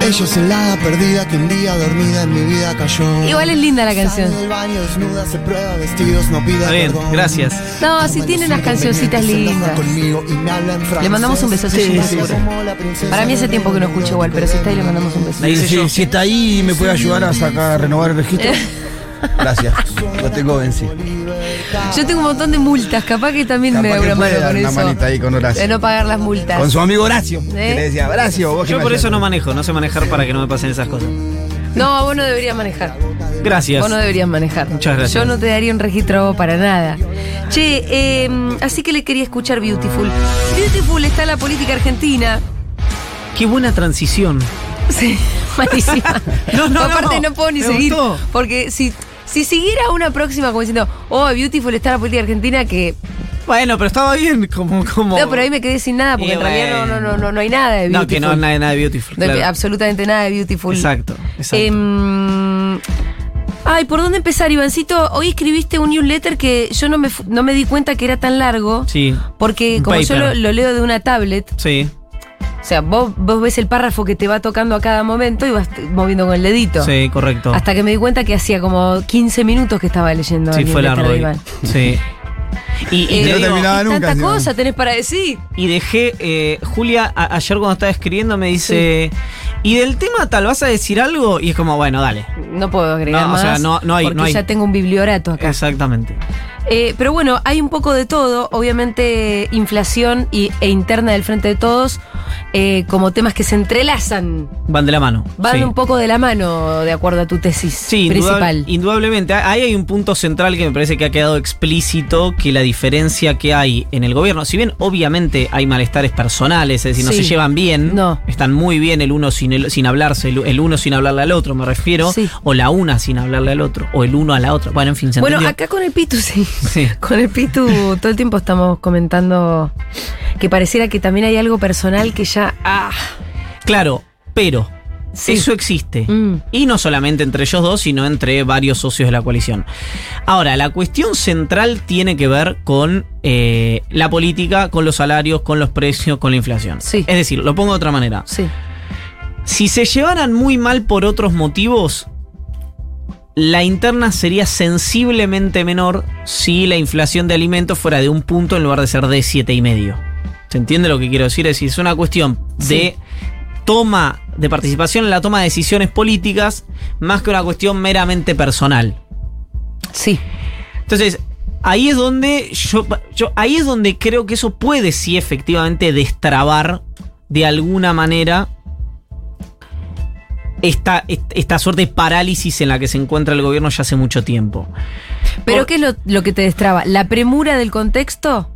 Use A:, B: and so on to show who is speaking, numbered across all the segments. A: ellos en la perdida que un día dormida en mi vida cayó.
B: Igual es linda la canción.
A: Sale del baño desnuda, se prueba vestidos, no pida
C: Está bien,
A: perdón.
C: gracias.
B: No, sí tiene unas cancioncitas lindas. Le mandamos un beso, sí, seguro. Para mí hace tiempo que no escucho igual, pero si está ahí le mandamos un beso.
C: La hice
D: Si,
C: yo.
D: si está ahí y me puede ayudar a sacar, a renovar el registro. Gracias. Lo tengo vencido.
B: Yo tengo un montón de multas, capaz que también me
D: Capaz
B: da
D: que
B: una
D: puede
B: mano
D: dar
B: con
D: una
B: eso.
D: manita ahí con Horacio.
B: De no pagar las
D: Con
B: multas.
D: su amigo Horacio.
B: ¿Eh?
D: Que le decía, Horacio, vos que
C: Yo
D: me
C: por
D: ayudas".
C: eso no manejo, no sé manejar para que no me pasen esas cosas.
B: No, vos no deberías manejar.
C: Gracias.
B: Vos no deberías manejar.
C: Muchas gracias.
B: Yo no te daría un registro a vos para nada. Che, eh, así que le quería escuchar Beautiful. Beautiful está la política argentina.
C: Qué buena transición.
B: Sí, malísima.
C: No, no,
B: Aparte no,
C: no.
B: puedo ni
C: Me
B: seguir.
C: gustó.
B: Porque si, si siguiera una próxima como diciendo, oh, Beautiful está la política argentina, que.
C: Bueno, pero estaba bien, como. como...
B: No, pero ahí me quedé sin nada, porque
C: Y
B: en realidad no,
C: bueno.
B: no, no, no hay nada de
C: No,
B: Beautiful.
C: que no, nada, nada de Beautiful.
B: No hay
C: claro.
B: Absolutamente nada de Beautiful.
C: Exacto, exacto.
B: Em, ay, ¿por dónde empezar, Ivancito? Hoy escribiste un newsletter que yo no me, fu- no me di cuenta que era tan largo.
C: Sí,
B: Porque
C: Un
B: como yo lo,
C: paper.
B: lo leo de una tablet,
C: sí,
B: o sea, vos, vos ves el párrafo que te va tocando a cada momento y vas t- moviendo con el dedito.
C: sí, correcto.
B: Hasta que me di cuenta que hacía como 15 minutos que estaba leyendo.
C: sí,
B: el
C: fue
B: newsletter
C: largo.
B: de
C: hoy.
B: Iván.
C: Sí. Y, y
B: Eh,
C: te
D: no
C: digo,
D: terminaba
B: ¿y
D: nunca,
B: Tanta
D: encima?
B: cosa tenés para decir.
C: Y dejé, eh, Julia, a- ayer cuando estaba escribiendo me dice, ¿y del tema tal vas a decir algo? Y es como, bueno, dale.
B: No puedo agregar
C: No, o
B: más.
C: sea, no- no hay-
B: porque
C: no hay.
B: ya tengo un bibliorato acá.
C: Exactamente.
B: Eh, pero bueno, hay un poco de todo, obviamente inflación y- e interna del frente de todos, eh, como temas que se entrelazan,
C: Van de la mano.
B: van
C: sí.
B: un poco de la mano, de acuerdo a tu tesis
C: Sí,
B: principal.
C: indudable- indudablemente. Ahí hay un punto central que me parece que ha quedado explícito, que la diferencia que hay en el gobierno, si bien obviamente hay malestares personales, es decir, no
B: Sí.
C: se llevan bien,
B: No.
C: están muy bien el uno sin, el- sin hablarse, el, el uno sin hablarle al otro, me refiero,
B: Sí.
C: o la una sin hablarle al otro, o el uno a la otra. Bueno, en fin, se
B: Bueno,
C: entendió.
B: acá con el Pitu, sí.
C: Sí.
B: Con el Pitu todo el tiempo estamos comentando que pareciera que también hay algo personal que ya... Ah,
C: Claro, pero
B: Sí.
C: eso existe.
B: Mm.
C: Y no solamente entre ellos dos, sino entre varios socios de la coalición. Ahora, la cuestión central tiene que ver con eh, la política, con los salarios, con los precios, con la inflación.
B: Sí.
C: Es decir, lo pongo de otra manera.
B: sí.
C: Si se llevaran muy mal por otros motivos, la interna sería sensiblemente menor si la inflación de alimentos fuera de un punto en lugar de ser de siete y medio. ¿Se entiende lo que quiero decir? Es decir, es una cuestión de toma de participación en la toma de decisiones políticas más que una cuestión meramente personal.
B: Sí.
C: Entonces, ahí es donde yo, yo- ahí es donde creo que eso puede sí efectivamente destrabar de alguna manera esta, est- esta suerte de parálisis en la que se encuentra el gobierno ya hace mucho tiempo.
B: Pero
C: Por-
B: ¿qué es lo, lo que te destraba? ¿La premura del contexto?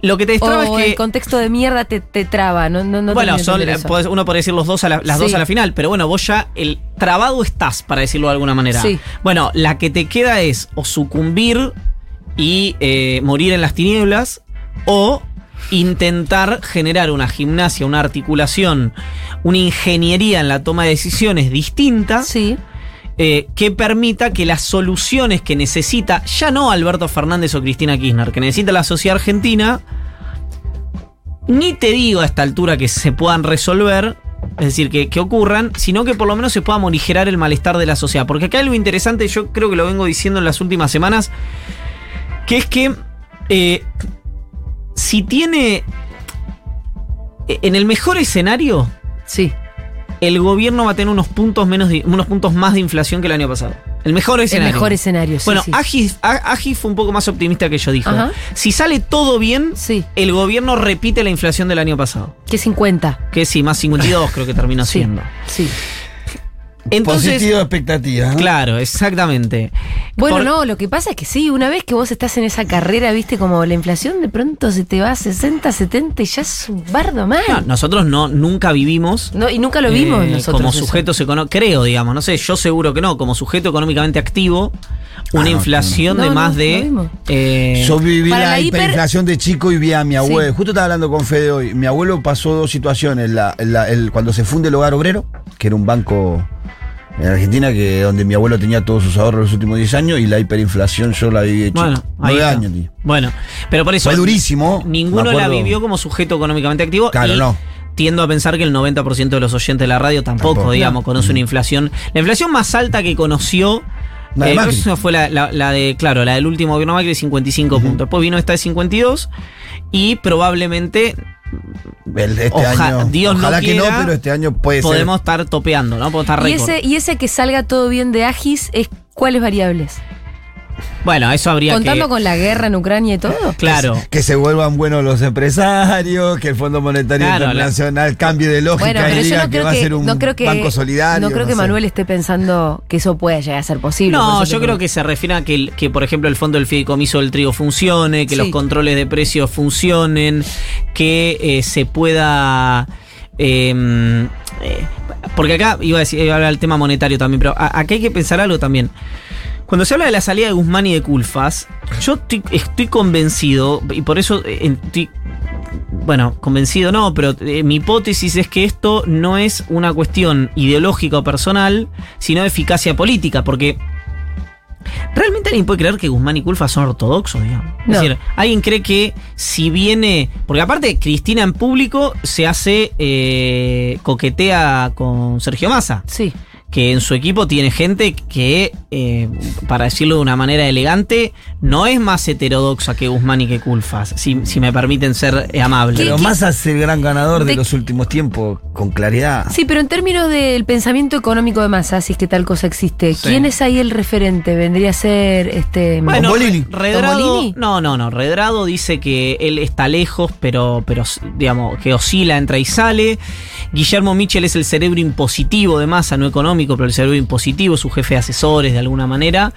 C: Lo que te
B: ¿O
C: destraba es
B: el
C: que
B: contexto de mierda te, te traba? No, no, no termino
C: bueno,
B: de
C: son, eh,
B: entender eso.
C: podés- uno puede decir los dos a la- las
B: Sí.
C: dos a la final, pero bueno, vos ya el trabado estás, para decirlo de alguna manera.
B: Sí.
C: Bueno, la que te queda es o sucumbir y eh, morir en las tinieblas o intentar generar una gimnasia, una articulación, una ingeniería en la toma de decisiones distinta
B: Sí.
C: eh, que permita que las soluciones que necesita, ya no Alberto Fernández o Cristina Kirchner, que necesita la sociedad argentina, ni te digo a esta altura que se puedan resolver, es decir, que, que ocurran, sino que por lo menos se pueda morigerar el malestar de la sociedad. Porque acá hay algo interesante, yo creo que lo vengo diciendo en las últimas semanas, que es que eh, si tiene, eh, en el mejor escenario,
B: Sí.
C: el gobierno va a tener unos puntos menos de- unos puntos más de inflación que el año pasado. El mejor escenario.
B: El mejor escenario, sí.
C: Bueno,
B: sí.
C: Agi, A- Agi fue un poco más optimista que yo dijo.
B: Ajá.
C: Si sale todo bien,
B: Sí.
C: el gobierno repite la inflación del año pasado.
B: Que 50.
C: Que sí, más 52 creo que terminó
B: Sí.
C: siendo.
B: Sí.
C: Entonces,
D: Positivo de expectativa. ¿eh? ¿no?
C: claro, exactamente.
B: Bueno,
C: Por-
B: no, lo que pasa es que sí, una vez que vos estás en esa carrera, viste, como la inflación de pronto se te va a 60, 70 y ya es un bardo más.
C: no, nosotros no, nunca vivimos
B: eh. No, y nunca lo vimos
C: Eh,
B: nosotros.
C: Como
B: eso.
C: sujetos económicos, creo, digamos, no sé, yo seguro que no, como sujeto económicamente activo,
D: Ah,
C: una
D: no,
C: inflación
B: no, no. No,
C: de más
B: no, no
C: de...
B: vimos.
C: eh,
D: Yo viví
B: Para
D: la,
B: la hiper-
D: hiperinflación de chico y vi a mi abuelo. Justo estaba hablando con Fede hoy. Mi abuelo pasó dos situaciones. La- la- el- cuando se funde el hogar obrero, que era un banco en Argentina que donde mi abuelo tenía todos sus ahorros los últimos 10 años, y la hiperinflación yo la viví de chico.
C: bueno, ahí
D: Nueve
C: está.
D: años, tío.
C: Bueno, pero por eso...
D: Fue durísimo.
C: Ninguno
D: me
C: la
D: acuerdo.
C: vivió como sujeto económicamente activo.
D: Claro,
C: y
D: no.
C: tiendo a pensar que el 90% de los oyentes de la radio tampoco,
D: Tampoco. Mm.
C: digamos, conoce una inflación. La inflación más alta que conoció.
D: La de
C: eh,
D: Macri.
C: creo que esa fue la, la- la de, claro, la del último gobierno Macri, 55 puntos. Después vino esta de 52 y probablemente
D: El- este
C: Oja-
D: año,
C: Dios no
D: ojalá que
C: quiera,
D: no, pero este año puede
C: podemos estar topeando, ¿no? Podemos estar
B: Y
C: récord.
B: ese, y ese que salga todo bien de Agis es cuáles variables.
C: Bueno, eso habría
B: Contando
C: que...
B: con la guerra en Ucrania y todo.
C: Claro.
D: ser. Que se vuelvan buenos los empresarios, que el Fondo Monetario
C: Claro, la-
D: Internacional cambie de lógica
B: Bueno,
D: y
B: pero yo
D: diga
B: no
D: que
B: creo
D: va a
B: que,
D: ser un
B: no creo que-
D: banco solidario.
B: no creo que
D: sé.
B: Manuel esté pensando que eso pueda llegar a ser posible. por
C: No,
B: eso
C: yo
B: te
C: creo que se refiere a que, el- que, por ejemplo, el fondo del fideicomiso del trigo funcione, que
B: Sí.
C: los controles de precios funcionen, que eh, se pueda... eh, eh, porque acá iba a decir, iba a hablar del tema monetario también, pero a- acá hay que pensar algo también. Cuando se habla de la salida de Guzmán y de Culfas, yo estoy, estoy convencido, y por eso eh, en- estoy- bueno, convencido no, pero eh, mi hipótesis es que esto no es una cuestión ideológica o personal, sino de eficacia política, porque realmente alguien puede creer que Guzmán y Culfas son ortodoxos, digamos.
B: No.
C: Es decir, alguien cree que si viene, porque aparte Cristina en público se hace, eh, coquetea con Sergio Massa
B: Sí.
C: que en su equipo tiene gente que, eh, para decirlo de una manera elegante, no es más heterodoxa que Guzmán y que Culfas, si, si me permiten ser eh, amable.
D: Pero
B: ¿Qué- qué-
D: Massa es el gran ganador de,
B: de-
D: los últimos tiempos, con claridad.
B: Sí, pero en términos del pensamiento económico de masa, si es que tal cosa existe,
C: Sí.
B: ¿quién es ahí el referente? Vendría a ser este
C: Bueno,
D: Tombolini.
C: Re- Redrado,
B: ¿Tombolini?
C: no, no, no. Redrado dice que él está lejos, pero, pero digamos, que oscila, entra y sale. Guillermo Michel es el cerebro impositivo de masa, no económico, pero el cerebro impositivo, su jefe de asesores de alguna manera.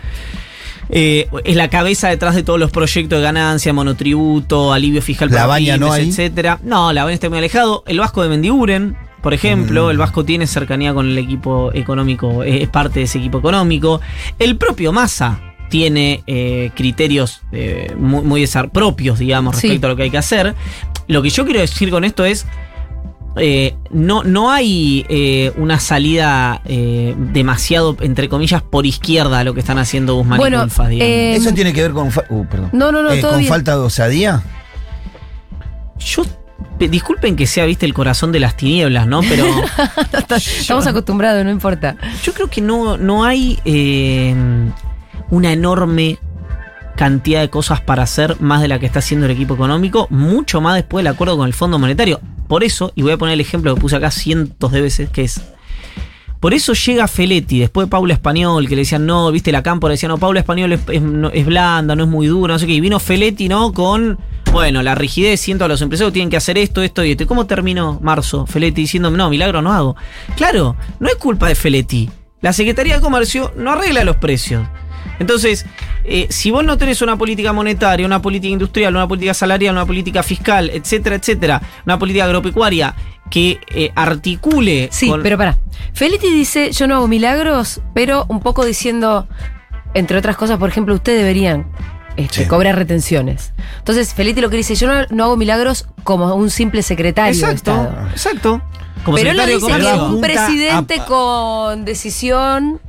C: Eh, es la cabeza detrás de todos los proyectos de ganancia, monotributo, alivio fiscal
D: La
C: para
D: Baña
C: pymes,
D: no ahí.
C: etcétera. No, la Baña está muy alejado. El Vasco de Mendiguren, por ejemplo,
D: Mm.
C: el Vasco tiene cercanía con el equipo económico, eh, es parte de ese equipo económico. El propio Massa tiene eh, criterios eh, muy, muy desar- propios, digamos,
B: Sí.
C: respecto a lo que hay que hacer. Lo que yo quiero decir con esto es. eh, no, no hay eh, una salida eh, demasiado, entre comillas, por izquierda a lo que están haciendo Guzmán
B: Bueno,
C: y Culfas, digamos.
B: eh,
D: Eso tiene que ver con. fa- uh, perdón.
B: No, no, no,
D: Eh,
B: todo
D: ¿Con
B: bien.
D: falta de osadía?
C: Yo. pe- Disculpen que sea, viste, el corazón de las tinieblas, ¿no? Pero
B: Estamos acostumbrados, no importa.
C: yo creo que no, no hay eh, una enorme cantidad de cosas para hacer más de la que está haciendo el equipo económico, mucho más después del acuerdo con el Fondo Monetario. Por eso, y voy a poner el ejemplo que puse acá cientos de veces, que es por eso llega Feletti, después de Paula Español, que le decían, no, viste, la cámpora decía, no, Paula Español es, es- no- es blanda, no es muy dura, no sé qué. Y vino Feletti, ¿no? Con, bueno, la rigidez, siento a los empresarios tienen que hacer esto, esto y esto. ¿Y cómo terminó marzo Feletti diciéndome, no, milagro no hago? Claro, no es culpa de Feletti. La Secretaría de Comercio no arregla los precios. Entonces, eh, si vos no tenés una política monetaria, una política industrial, una política salarial, una política fiscal, etcétera, etcétera, una política agropecuaria que eh, articule.
B: Sí,
C: con-
B: pero pará. Feletti dice, yo no hago milagros, pero un poco diciendo, entre otras cosas, por ejemplo, ustedes deberían este,
D: Sí.
B: cobrar retenciones. Entonces, Feletti lo que dice, yo no, no hago milagros como un simple secretario de
C: Exacto,
B: Estado.
C: exacto. Como
B: pero él no
C: secretario de
B: dice que
C: Comercio.
B: un
D: Apunta a-
B: presidente con decisión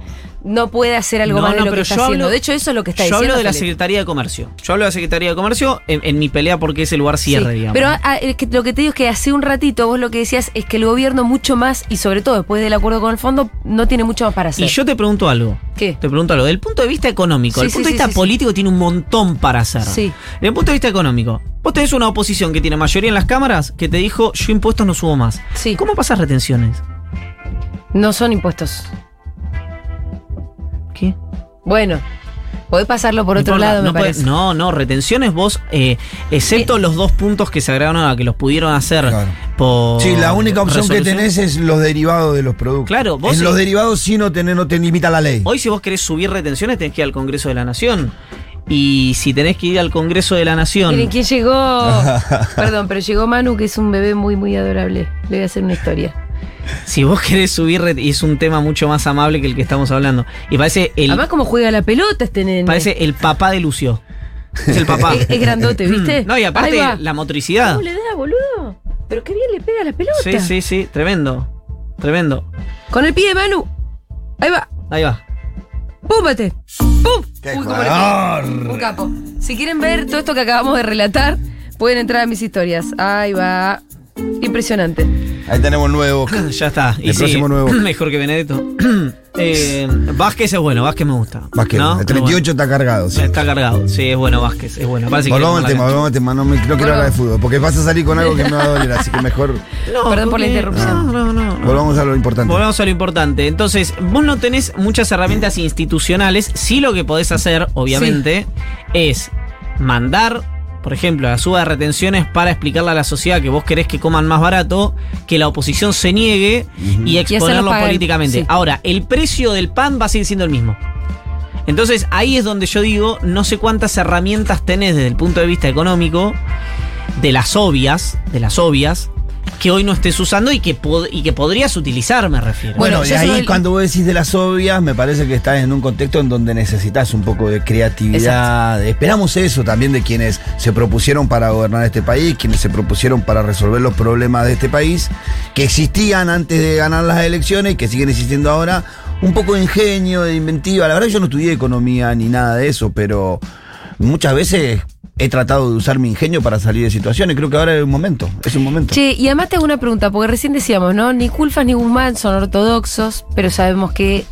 B: no puede hacer algo
C: No,
B: malo de
C: no,
B: lo que
C: pero
B: está
C: yo
B: haciendo.
C: hablo-
B: de hecho, eso es lo que está
C: Yo
B: diciendo.
C: hablo de la
B: Feletti.
C: Secretaría de Comercio. Yo hablo de la Secretaría de Comercio en, en mi pelea porque ese lugar cierre,
B: Sí,
C: digamos.
B: Pero ah, es que lo que te digo es que hace un ratito vos lo que decías es que el gobierno mucho más, y sobre todo después del acuerdo con el fondo, no tiene mucho más para hacer.
C: y yo te pregunto algo.
B: ¿Qué?
C: Te pregunto algo. Del punto de vista económico,
B: Sí,
C: el
B: sí,
C: punto
B: sí,
C: de vista
B: sí, sí.
C: político tiene un montón para hacer.
B: Sí.
C: Desde el punto de vista económico, vos tenés una oposición que tiene mayoría en las cámaras que te dijo yo impuestos no subo más.
B: Sí.
C: ¿Cómo pasas retenciones?
B: No son impuestos.
C: ¿Qué?
B: Bueno, podés pasarlo por
C: No
B: otro
C: importa,
B: lado, me
C: no, puede-
B: parece.
C: no, no, retenciones vos, eh, excepto los dos puntos que se agregaron a que los pudieron hacer
D: Claro.
C: por.
D: Sí, la única opción que
C: resolución.
D: tenés es los derivados de los productos.
C: Claro, vos
D: En
C: sí.
D: los derivados sí no, tenés, no te limita la ley.
C: Hoy si vos querés subir retenciones tenés que ir al Congreso de la Nación. Y si tenés que ir al Congreso de la
B: Miren
C: Nación...
B: quién llegó. Perdón, pero llegó Manu, que es un bebé muy, muy adorable. Le voy a hacer una historia.
C: Si vos querés subir... ret- Y es un tema mucho más amable que el que estamos hablando. Y parece el,
B: Además, como juega la pelota este nene.
C: parece el papá de Lucio. Es el papá.
B: Es, es grandote, Eh, ¿viste?
C: Mm. No,
B: Ahí
C: y
B: va.
C: aparte la motricidad.
B: ¿Cómo le da, boludo? Pero qué bien le pega la pelota.
C: Sí, sí, sí. Tremendo. Tremendo.
B: Con el pie de Manu. Ahí va.
C: Ahí va.
B: ¡Púmbate! ¡Pum!
D: ¡Qué
B: Uy, cómo le
D: jugador!
B: pegó. Un capo. Si quieren ver todo esto que acabamos de relatar, pueden entrar a mis historias. Ahí va. Y Impresionante.
D: Ahí tenemos nuevo.
C: Ya está.
D: El próximo nuevo.
C: Mejor que Benedetto. Eh, Vázquez es bueno, Vázquez me gusta.
D: Vázquez,
C: ¿no?
D: el 38 está cargado. sí.
C: Bueno, está cargado. Sí, es bueno Vázquez, es bueno. Parece que
D: Volvamos al
C: le
D: tema,
C: gusta la
D: volvamos al tema. No, me- no quiero
B: Bueno.
D: hablar de fútbol, porque vas a salir con algo que me va a doler, así que mejor
C: cancha.
B: Perdón
C: No,
B: por la
C: porque-
B: interrupción.
C: No, no, no, no.
D: volvamos a lo importante.
C: Volvamos a lo importante. Entonces, vos no tenés muchas herramientas institucionales. Sí, lo que podés hacer, obviamente, es mandar, por ejemplo, la suba de retenciones para explicarle a la sociedad que vos querés que coman más barato, que la oposición se niegue y exponerlo
B: pagar,
C: políticamente.
B: sí.
C: Ahora, el precio del pan va a seguir siendo el mismo. Entonces, ahí es donde yo digo, no sé cuántas herramientas tenés desde el punto de vista económico, de las obvias, de las obvias, que hoy no estés usando y que, pod- y que podrías utilizar, me refiero.
D: Bueno,
B: Bueno,
D: y
B: yo
D: ahí
B: soy-
D: cuando vos decís de las obvias, me parece que estás en un contexto en donde necesitas un poco de creatividad. Esperamos eso también de quienes se propusieron para gobernar este país, quienes se propusieron para resolver los problemas de este país, que existían antes de ganar las elecciones, que siguen existiendo ahora. Un poco de ingenio, de inventiva. La verdad yo no estudié economía ni nada de eso, pero muchas veces he tratado de usar mi ingenio para salir de situaciones. Creo que ahora es un momento, es un momento.
B: Che, y además te hago una pregunta, porque recién decíamos, ¿no? Ni Culfas ni Guzmán son ortodoxos, pero sabemos que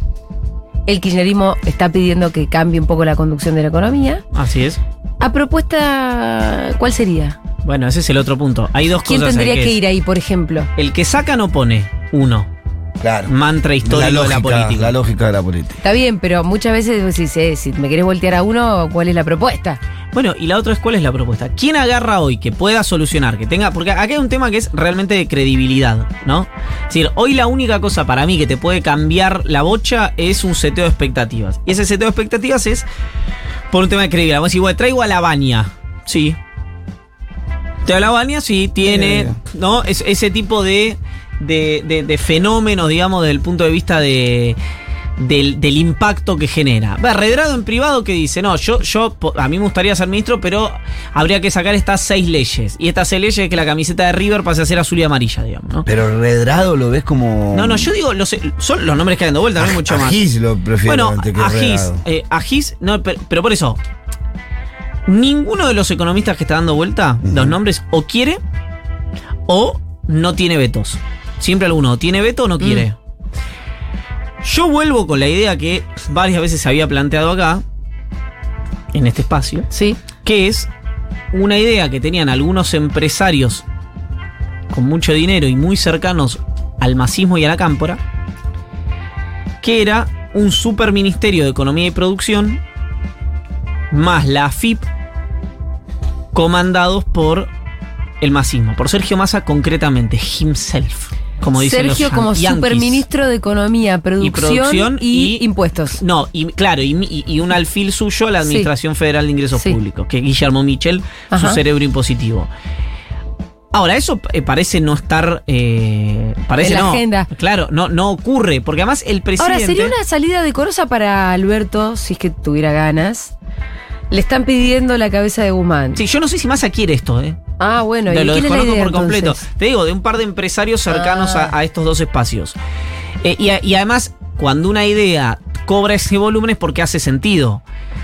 B: el kirchnerismo está pidiendo que cambie un poco la conducción de la economía.
C: Así es.
B: A propuesta, ¿cuál sería?
C: Bueno, ese es el otro punto. Hay dos
B: ¿Quién
C: cosas. ahí
B: tendría que,
C: es,
B: ir ahí, por ejemplo?
C: El que saca no pone, uno.
D: Claro.
C: Mantra histórico
D: La
C: de la
D: lógica,
C: política.
D: la lógica de la política.
B: Está bien, pero muchas veces vos decís, eh, si me querés voltear a uno, ¿cuál es la propuesta?
C: Bueno, y la otra es cuál es la propuesta. ¿Quién agarra hoy que pueda solucionar, que tenga... Porque acá hay un tema que es realmente de credibilidad, ¿no? Es decir, hoy la única cosa para mí que te puede cambiar la bocha es un seteo de expectativas. Y ese seteo de expectativas es por un tema de credibilidad. Vamos a decir, bueno, traigo a la baña. Sí. Traigo a la baña, sí, tiene,
D: Mira,
C: ¿no? Es, ese tipo de, de, de- de fenómenos, digamos, desde el punto de vista de del, del impacto que genera. Va, Redrado en privado que dice, no, yo, yo, po- a mí me gustaría ser ministro, pero habría que sacar estas seis leyes. Y estas seis leyes es que la camiseta de River pase a ser azul y amarilla, digamos, ¿no?
D: Pero Redrado lo ves como.
C: No, no, yo digo, los, son los nombres que dan de vuelta, no hay mucho más.
D: Agis lo prefiero
C: Bueno,
D: antes que
C: Agis,
D: Redrado.
C: eh, Agis, no, pero, pero por eso, ninguno de los economistas que está dando vuelta los nombres o quiere o no tiene vetos. Siempre alguno o tiene veto o no quiere.
D: Mm.
C: Yo vuelvo con la idea que varias veces se había planteado acá, en este espacio,
B: ¿Sí?
C: que es una idea que tenían algunos empresarios con mucho dinero y muy cercanos al masismo y a la cámpora, que era un superministerio de economía y producción más la AFIP comandados por el masismo, por Sergio Massa concretamente, himself, como dicen los
B: Sergio como
C: yankees.
B: superministro de Economía, Producción y,
C: producción y-
B: Impuestos.
C: No, y claro, y, mi- y- y un alfil suyo a la
B: Sí.
C: Administración Federal de Ingresos
B: Sí.
C: Públicos, que es Guillermo Michel,
B: Ajá.
C: su cerebro impositivo. Ahora, eso eh, parece no estar. eh, parece
B: En la
C: no.
B: agenda.
C: Claro, no, no ocurre, porque además el presidente.
B: Ahora, sería una salida decorosa para Alberto, si es que tuviera ganas. Le están pidiendo la cabeza de Guzmán.
C: Sí, yo no sé si Massa quiere esto, ¿eh?
B: Ah, bueno,
C: Lo-
B: ¿y
C: lo
B: quién es la
C: desconozco
B: idea,
C: por completo.
B: entonces?
C: Te digo, de un par de empresarios cercanos
B: Ah.
C: a, a estos dos espacios. Eh, y, a- y además, cuando una idea cobra ese volumen es porque hace sentido.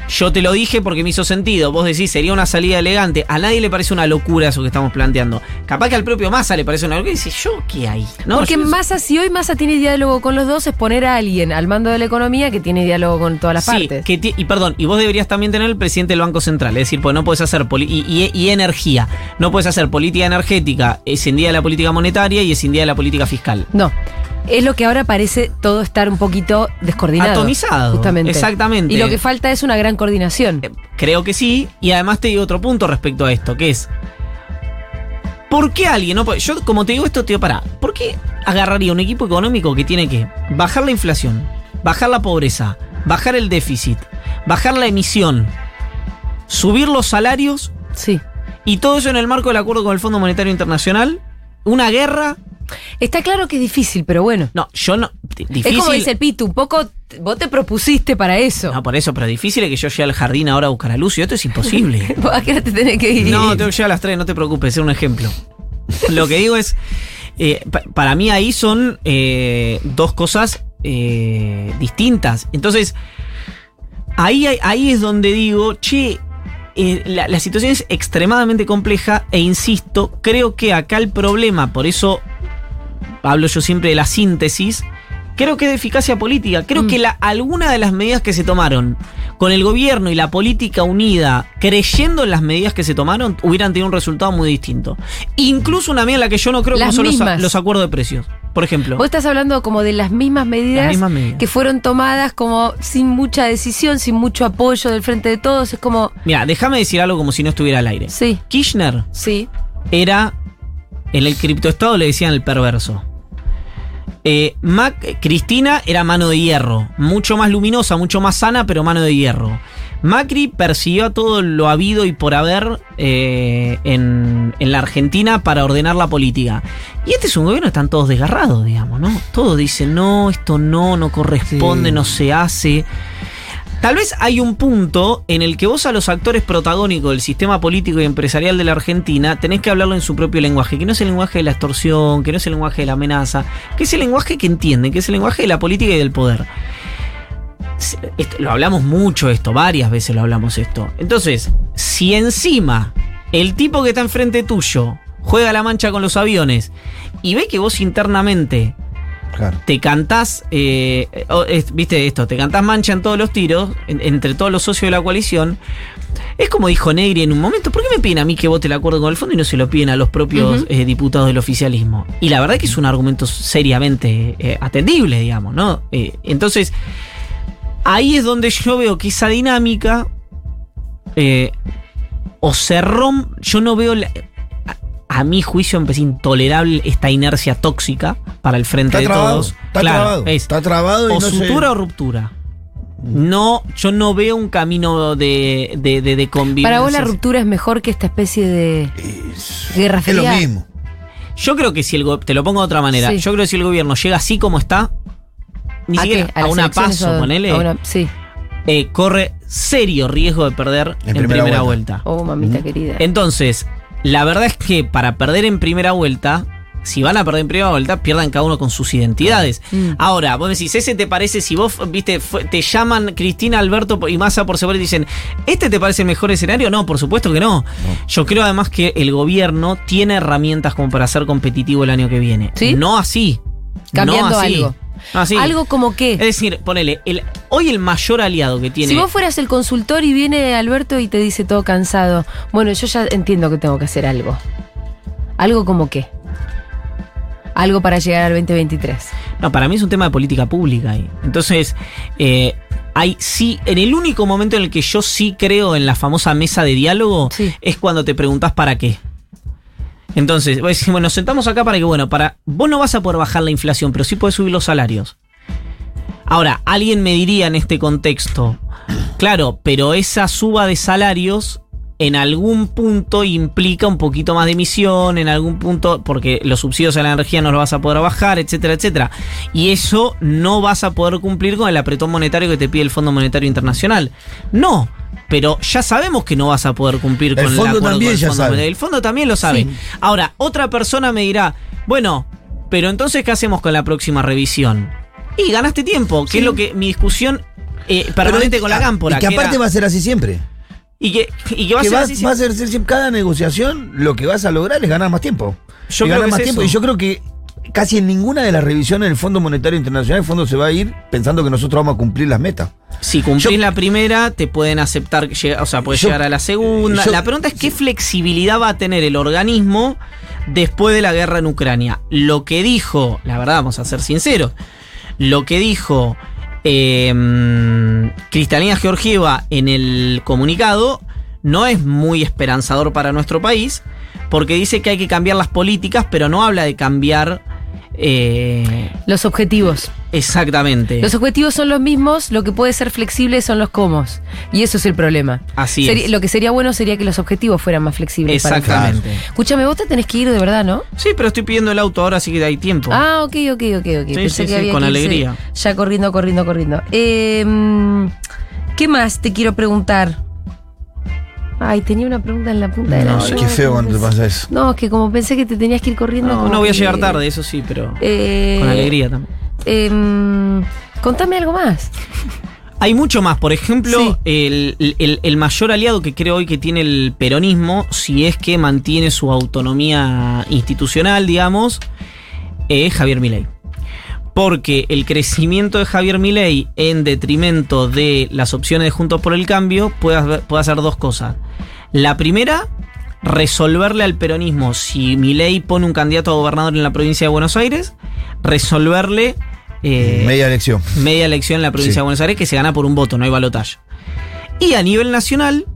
C: Yo te lo dije porque me hizo sentido. Vos decís, sería una salida elegante. A nadie le parece una locura eso que estamos planteando. Capaz que al propio Massa le parece una locura y dice, ¿yo qué hay? No,
B: Porque
C: yo no sé.
B: Massa, si hoy Massa tiene diálogo con los dos, es poner a alguien al mando de la economía que tiene diálogo con todas las
C: Sí,
B: partes.
C: que ti- y perdón, y vos deberías también tener el presidente del Banco Central, es decir, pues no puedes hacer poli- y, y- y energía, no puedes hacer política energética escindida de la política monetaria y escindida de la política fiscal.
B: No, es lo que ahora parece todo estar un poquito descoordinado.
C: Atomizado,
B: Justamente.
C: exactamente. Eh.
B: Y lo que falta es una gran coordinación.
C: Creo que sí. Y además te digo otro punto respecto a esto, que es. ¿Por qué alguien? No, puede- yo, como te digo esto, tío, pará. ¿Por qué agarraría un equipo económico que tiene que bajar la inflación, bajar la pobreza, bajar el déficit, bajar la emisión, subir los salarios
B: Sí.
C: y todo eso en el marco del acuerdo con el Fondo Monetario Internacional? ¿Una guerra?
B: Está claro que es difícil, pero bueno.
C: No, yo no. di- Difícil.
B: Es como dice el Pitu, un poco t- vos te propusiste para eso.
C: No, por eso, pero difícil es que yo llegue al jardín ahora a buscar a Lucio. Esto es imposible.
B: ¿Vos ¿A qué hora te tenés que ir?
C: No, tengo que llegar a las 3, no te preocupes, es un ejemplo. Lo que digo es, eh, pa- para mí ahí son eh, dos cosas eh, distintas. Entonces, ahí, hay- ahí es donde digo, che, eh, la, la situación es extremadamente compleja e insisto, creo que acá el problema, por eso hablo yo siempre de la síntesis, creo que es de eficacia política. Creo
B: Mm.
C: que la, alguna de las medidas que se tomaron con el gobierno y la política unida, creyendo en las medidas que se tomaron, hubieran tenido un resultado muy distinto. Incluso una medida en la que yo no creo
B: Las
C: que son los, a-
B: mismas.
C: los acuerdos de precios, por ejemplo.
B: Vos estás hablando como de las mismas medidas,
C: Las mismas medidas.
B: que fueron tomadas como sin mucha decisión, sin mucho apoyo del frente de todos. Es como,
C: Mira, déjame decir algo como si no estuviera al aire.
B: sí,
C: Kirchner
B: sí,
C: era. En el criptoestado le decían el perverso. Eh, Mac- Cristina era mano de hierro. Mucho más luminosa, mucho más sana, pero mano de hierro. Macri persiguió a todo lo habido y por haber eh, en, en la Argentina para ordenar la política. Y este es un gobierno, están todos desgarrados, digamos, ¿no? Todos dicen, no, esto no, no corresponde,
D: Sí.
C: no se hace. Tal vez hay un punto en el que vos a los actores protagónicos del sistema político y empresarial de la Argentina tenés que hablarlo en su propio lenguaje, que no es el lenguaje de la extorsión, que no es el lenguaje de la amenaza, que es el lenguaje que entienden, que es el lenguaje de la política y del poder. Se- esto- lo hablamos mucho esto, varias veces lo hablamos esto. Entonces, si encima el tipo que está enfrente tuyo juega a la mancha con los aviones y ve que vos internamente
D: Claro.
C: te cantás, eh, o- es- viste esto, te cantás mancha en todos los tiros, en- entre todos los socios de la coalición. Es como dijo Negri en un momento, ¿por qué me piden a mí que vote el acuerdo con el fondo y no se lo piden a los propios
B: Ujú.
C: eh, diputados del oficialismo? Y la verdad que es un argumento seriamente eh, atendible, digamos, ¿no? Eh, entonces, ahí es donde yo veo que esa dinámica eh, o se rompe, yo no veo... la- a, a mi juicio me parece intolerable esta inercia tóxica para el frente
D: Está
C: de
D: trabado.
C: todos.
D: Está
C: Claro,
D: trabado.
C: es
D: Está trabado y
C: o
D: no se-
C: sutura o ruptura. No, yo no veo un camino de, de, de, de convivencia.
B: Para vos la ruptura es mejor que esta especie de guerra
D: Es lo
B: fría.
D: mismo.
C: Yo creo que si el go- te lo pongo de otra manera,
B: Sí.
C: yo creo que si el gobierno llega así como está, ni
B: ¿A
C: siquiera
B: qué?
C: a,
B: las
C: una
B: elecciones
C: paso,
B: o-
C: ponele,
B: a una- sí.
C: eh, corre serio riesgo de perder en, primera, vuelta.
B: Oh, mamita
C: Mm.
B: querida.
C: Entonces, la verdad es que para perder en primera vuelta, si van a perder en primera vuelta, pierdan cada uno con sus identidades.
B: Mm.
C: Ahora, vos decís, ¿ese te parece si vos, viste, fue- te llaman Cristina, Alberto y Massa por separado y dicen, ¿este te parece el mejor escenario? No, por supuesto que no. Yo creo además que el gobierno tiene herramientas como para ser competitivo el año que viene.
B: ¿Sí?
C: No así.
B: Cambiando
C: no así.
B: algo.
C: No así.
B: Algo como
C: Es
B: que,
C: decir, ponele, el, hoy el mayor aliado que tiene.
B: si vos fueras el consultor y viene Alberto y te dice todo cansado, bueno, yo ya entiendo que tengo que hacer algo. Algo como que. Algo para llegar al 2023.
C: No, para mí es un tema de política pública ahí. Entonces, eh, hay sí, en el único momento en el que yo sí creo en la famosa mesa de diálogo
B: Sí.
C: es cuando te preguntás para qué. Entonces, vos decís, bueno, nos sentamos acá para que, bueno, para. Vos no vas a poder bajar la inflación, pero sí podés subir los salarios. Ahora, alguien me diría en este contexto, claro, pero esa suba de salarios en algún punto implica un poquito más de emisión, en algún punto, porque los subsidios a la energía no los vas a poder bajar, etcétera, etcétera. Y eso no vas a poder cumplir con el apretón monetario que te pide el Fondo Monetario Internacional. No, pero ya sabemos que no vas a poder cumplir
D: El
C: con
D: fondo
C: el acuerdo
D: también
C: con el
D: ya
C: Fondo
D: sabe.
C: Monetario. El fondo también lo sabe. Ahora, otra persona me dirá, bueno, pero entonces, ¿qué hacemos con la próxima revisión? Y ganaste tiempo, que es lo que mi discusión eh, permanente
D: Pero-
C: con la cámpora.
D: Y que aparte
C: era-
D: va a ser así siempre.
C: y que, y que va a
D: que
C: ser
D: vas-
C: así.
D: va a ser siempre- cada negociación lo que vas a lograr es ganar más tiempo.
C: Yo creo
D: Y ganar
C: que
D: más
C: es
D: tiempo.
C: eso.
D: Y yo creo que casi en ninguna de las revisiones del Fondo Monetario Internacional el fondo se va a ir pensando que nosotros vamos a cumplir las metas.
C: Si cumplís
D: Yo-
C: la primera, te pueden aceptar, que llega- o sea, puedes
D: Yo-
C: llegar a la segunda.
D: yo-
C: la pregunta es qué flexibilidad va a tener el organismo después de la guerra en Ucrania. Lo que dijo, la verdad, vamos a ser sinceros, lo que dijo eh, Cristalina Georgieva en el comunicado no es muy esperanzador para nuestro país, porque dice que hay que cambiar las políticas, pero no habla de cambiar... eh,
B: Los objetivos.
C: exactamente.
B: Los objetivos son los mismos, lo que puede ser flexible son los cómo. Y eso es el problema.
C: Así
B: Seri-
C: es.
B: Lo que sería bueno sería que los objetivos fueran más flexibles. para el
C: Exactamente.
B: país. Escúchame, vos te tenés que ir de verdad, ¿no?
C: Sí, pero estoy pidiendo el auto ahora, así que hay tiempo.
B: Ah, ok, ok, ok, ok.
C: Sí,
B: Pensé
C: sí,
B: que
C: sí,
B: había
C: con
B: que irse
C: alegría.
B: Ya corriendo, corriendo, corriendo. Eh, ¿Qué más te quiero preguntar? Ay, tenía una pregunta en la punta de la
C: No,
D: Ay,
C: yo-
D: qué
B: llave,
D: feo
B: como
D: cuando te
B: pensé-
D: pasa eso.
B: No, es que como pensé que te tenías que ir corriendo.
C: no,
B: como
C: no voy a
B: que-
C: llegar tarde, eso sí, pero
B: Eh,
C: con alegría también.
B: em, contame algo más.
C: Hay mucho más. Por ejemplo,
B: Sí.
C: el, el- el mayor aliado que creo hoy que tiene el peronismo, si es que mantiene su autonomía institucional, digamos, es Javier Milei. Porque el crecimiento de Javier Milei en detrimento de las opciones de Juntos por el Cambio puede, haber- puede hacer dos cosas. La primera, resolverle al peronismo, si Milei pone un candidato a gobernador en la provincia de Buenos Aires, resolverle... eh,
D: Media elección.
C: media elección en la provincia
D: Sí.
C: de Buenos Aires que se gana por un voto, no hay balotaje. Y a nivel nacional,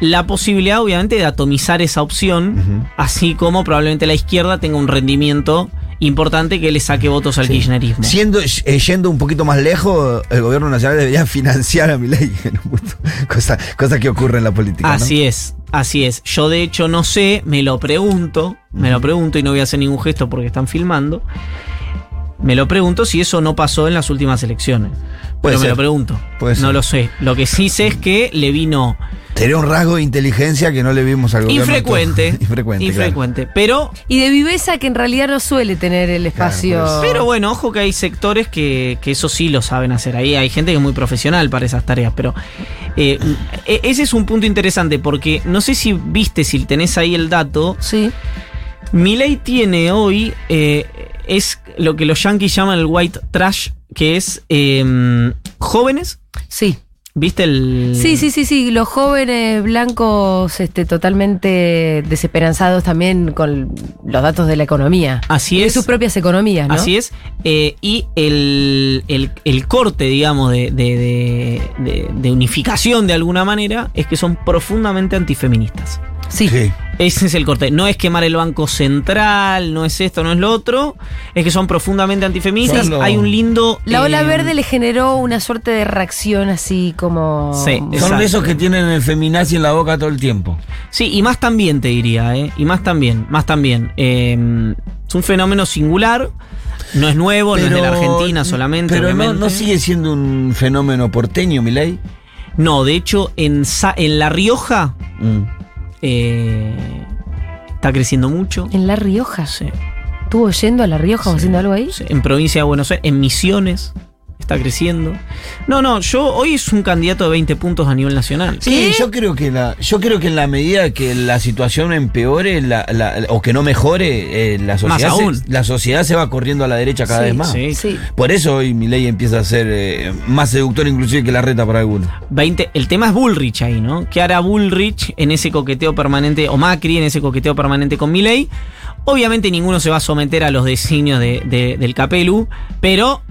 C: la posibilidad obviamente de atomizar esa opción,
D: Ujú.
C: así como probablemente la izquierda tenga un rendimiento importante que le saque votos al kirchnerismo.
D: Siendo, eh, yendo un poquito más lejos, el gobierno nacional debería financiar a mi ley. cosa, cosa que ocurre en la política. ¿no?
C: Así es, así es. Yo de hecho no sé, me lo pregunto, me lo pregunto y no voy a hacer ningún gesto porque están filmando. Me lo pregunto si eso no pasó en las últimas elecciones.
D: Puede
C: Pero me
D: ser.
C: lo pregunto.
D: Puede
C: no
D: ser.
C: lo sé. Lo que sí sé es que le vino
D: Tenía un rasgo de inteligencia que no le vimos al gobierno.
C: Infrecuente.
D: actual. Infrecuente. claro.
C: Infrecuente. Pero,
B: Y de viveza que en realidad no suele tener el espacio.
D: Claro,
C: pero bueno, ojo que hay sectores que, que eso sí lo saben hacer. Ahí hay gente que es muy profesional para esas tareas. Pero eh, e- ese es un punto interesante porque no sé si viste, si tenés ahí el dato.
B: Sí.
C: Milei tiene hoy, eh, es lo que los yankees llaman el white trash, que es eh, jóvenes.
B: Sí.
C: ¿Viste el.?
B: Sí, sí, sí, sí. Los jóvenes blancos este, totalmente desesperanzados también con los datos de la economía.
C: Así
B: Y de
C: es.
B: sus propias economías, ¿no?
C: Así es. eh, y el, el- el corte, digamos, de, de- de- de- de unificación de alguna manera es que son profundamente antifeministas.
B: Sí.
D: Sí.
C: Ese es el corte. No es quemar el Banco Central, no es esto, no es lo otro. Es que son profundamente antifeministas.
D: Son lo-
C: Hay un lindo.
B: La ola
C: eh,
B: verde le generó una suerte de reacción así como...
C: Sí, es-
D: Son
C: Exacto.
D: de esos que tienen el feminazi en la boca todo el tiempo.
C: Sí, y más también te diría, ¿eh? Y más también, más también. Eh, es un fenómeno singular. No es nuevo, no es de la Argentina solamente.
D: Pero no,
C: obviamente.
D: no sigue siendo un fenómeno porteño, mi ley.
C: No, de hecho, en, Sa- en La Rioja eh, está creciendo mucho.
B: En La Rioja.
C: Sí,
B: ¿Estuvo yendo a La Rioja o haciendo algo ahí?
C: sí. En provincia de Buenos Aires, en Misiones está creciendo. No, no, yo hoy es un candidato de 20 puntos a nivel nacional.
D: Sí, yo creo que la, yo creo que en la medida que la situación empeore la- la- o que no mejore, eh, la sociedad
C: Más aún.
D: Se, la sociedad se va corriendo a la derecha cada
B: Sí,
D: vez más.
C: sí. Eh,
B: Sí.
D: Por eso hoy mi ley empieza a ser eh, más seductor inclusive que la reta para algunos.
C: 20, el tema es Bullrich ahí, ¿no? ¿Qué hará Bullrich en ese coqueteo permanente, o Macri en ese coqueteo permanente con Milei? Obviamente ninguno se va a someter a los designios de- de- del Capelu, pero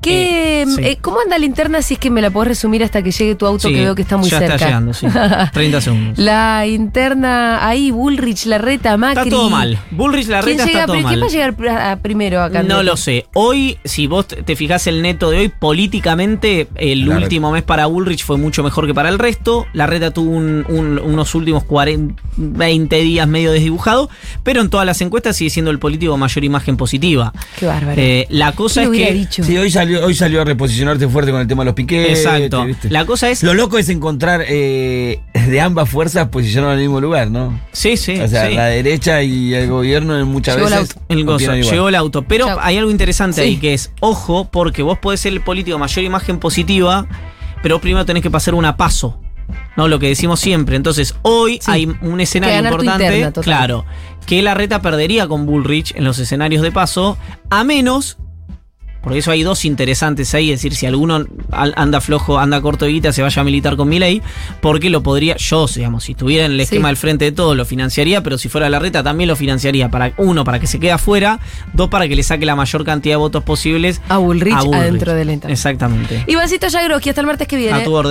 B: ¿Qué,
C: Eh, sí.
B: eh, ¿Cómo anda la interna si es que me la podés resumir hasta que llegue tu auto
C: sí,
B: que veo que está muy
C: ya
B: cerca?
C: está llegando, sí. 30 segundos.
B: La interna ahí, Bullrich, Larreta, Macri.
C: Está todo mal. Bullrich la
B: ¿Quién,
C: reta
B: llega,
C: está todo
B: pri-
C: mal.
B: ¿Quién va a llegar pr- a- primero acá?
C: No lo sé. Hoy, si vos te te fijás el neto de hoy, políticamente el
D: La
C: último mes para Bullrich fue mucho mejor que para el resto. La reta tuvo un- un- unos últimos 40, 20 días medio desdibujado, pero en todas las encuestas sigue siendo el político de mayor imagen positiva.
B: Qué bárbaro.
C: Eh, la cosa
B: ¿Qué
C: es
B: hubiera
C: que...
B: dicho?
D: Sí, hoy salió, hoy salió a reposicionarte fuerte con el tema de los piquetes.
C: Exacto.
D: Eh, ¿viste?
C: La cosa es...
D: Lo loco es encontrar eh, de ambas fuerzas posicionadas en el mismo lugar, ¿no?
C: Sí, sí.
D: o sea,
C: sí.
D: la derecha y el gobierno en muchas
B: Llegó el
D: veces.
C: El gozo,
D: opinan igual.
C: llegó el auto. Pero
B: Chau.
C: hay algo interesante
B: Sí.
C: ahí que es, ojo, porque vos podés ser el político de mayor imagen positiva, pero vos primero tenés que pasar una paso. ¿No? Lo que decimos siempre. Entonces, hoy
B: Sí.
C: hay un escenario
B: ganar tu
C: importante.
B: interna, total.
C: claro. Que la reta perdería con Bullrich en los escenarios de paso, a menos. Por eso hay dos interesantes ahí, es decir, si alguno al- anda flojo, anda corto de guita, se vaya a militar con Milei, porque lo podría, yo, digamos, si estuviera en el esquema
B: Sí.
C: del frente de todos, lo financiaría, pero si fuera la reta también lo financiaría. Para, uno, para que se quede afuera, dos, para que le saque la mayor cantidad de votos posibles
B: A Bullrich,
C: a Bullrich.
B: adentro del interna.
C: Exactamente.
B: Ivancito Yagroski, hasta el martes que viene.
C: A tu orden.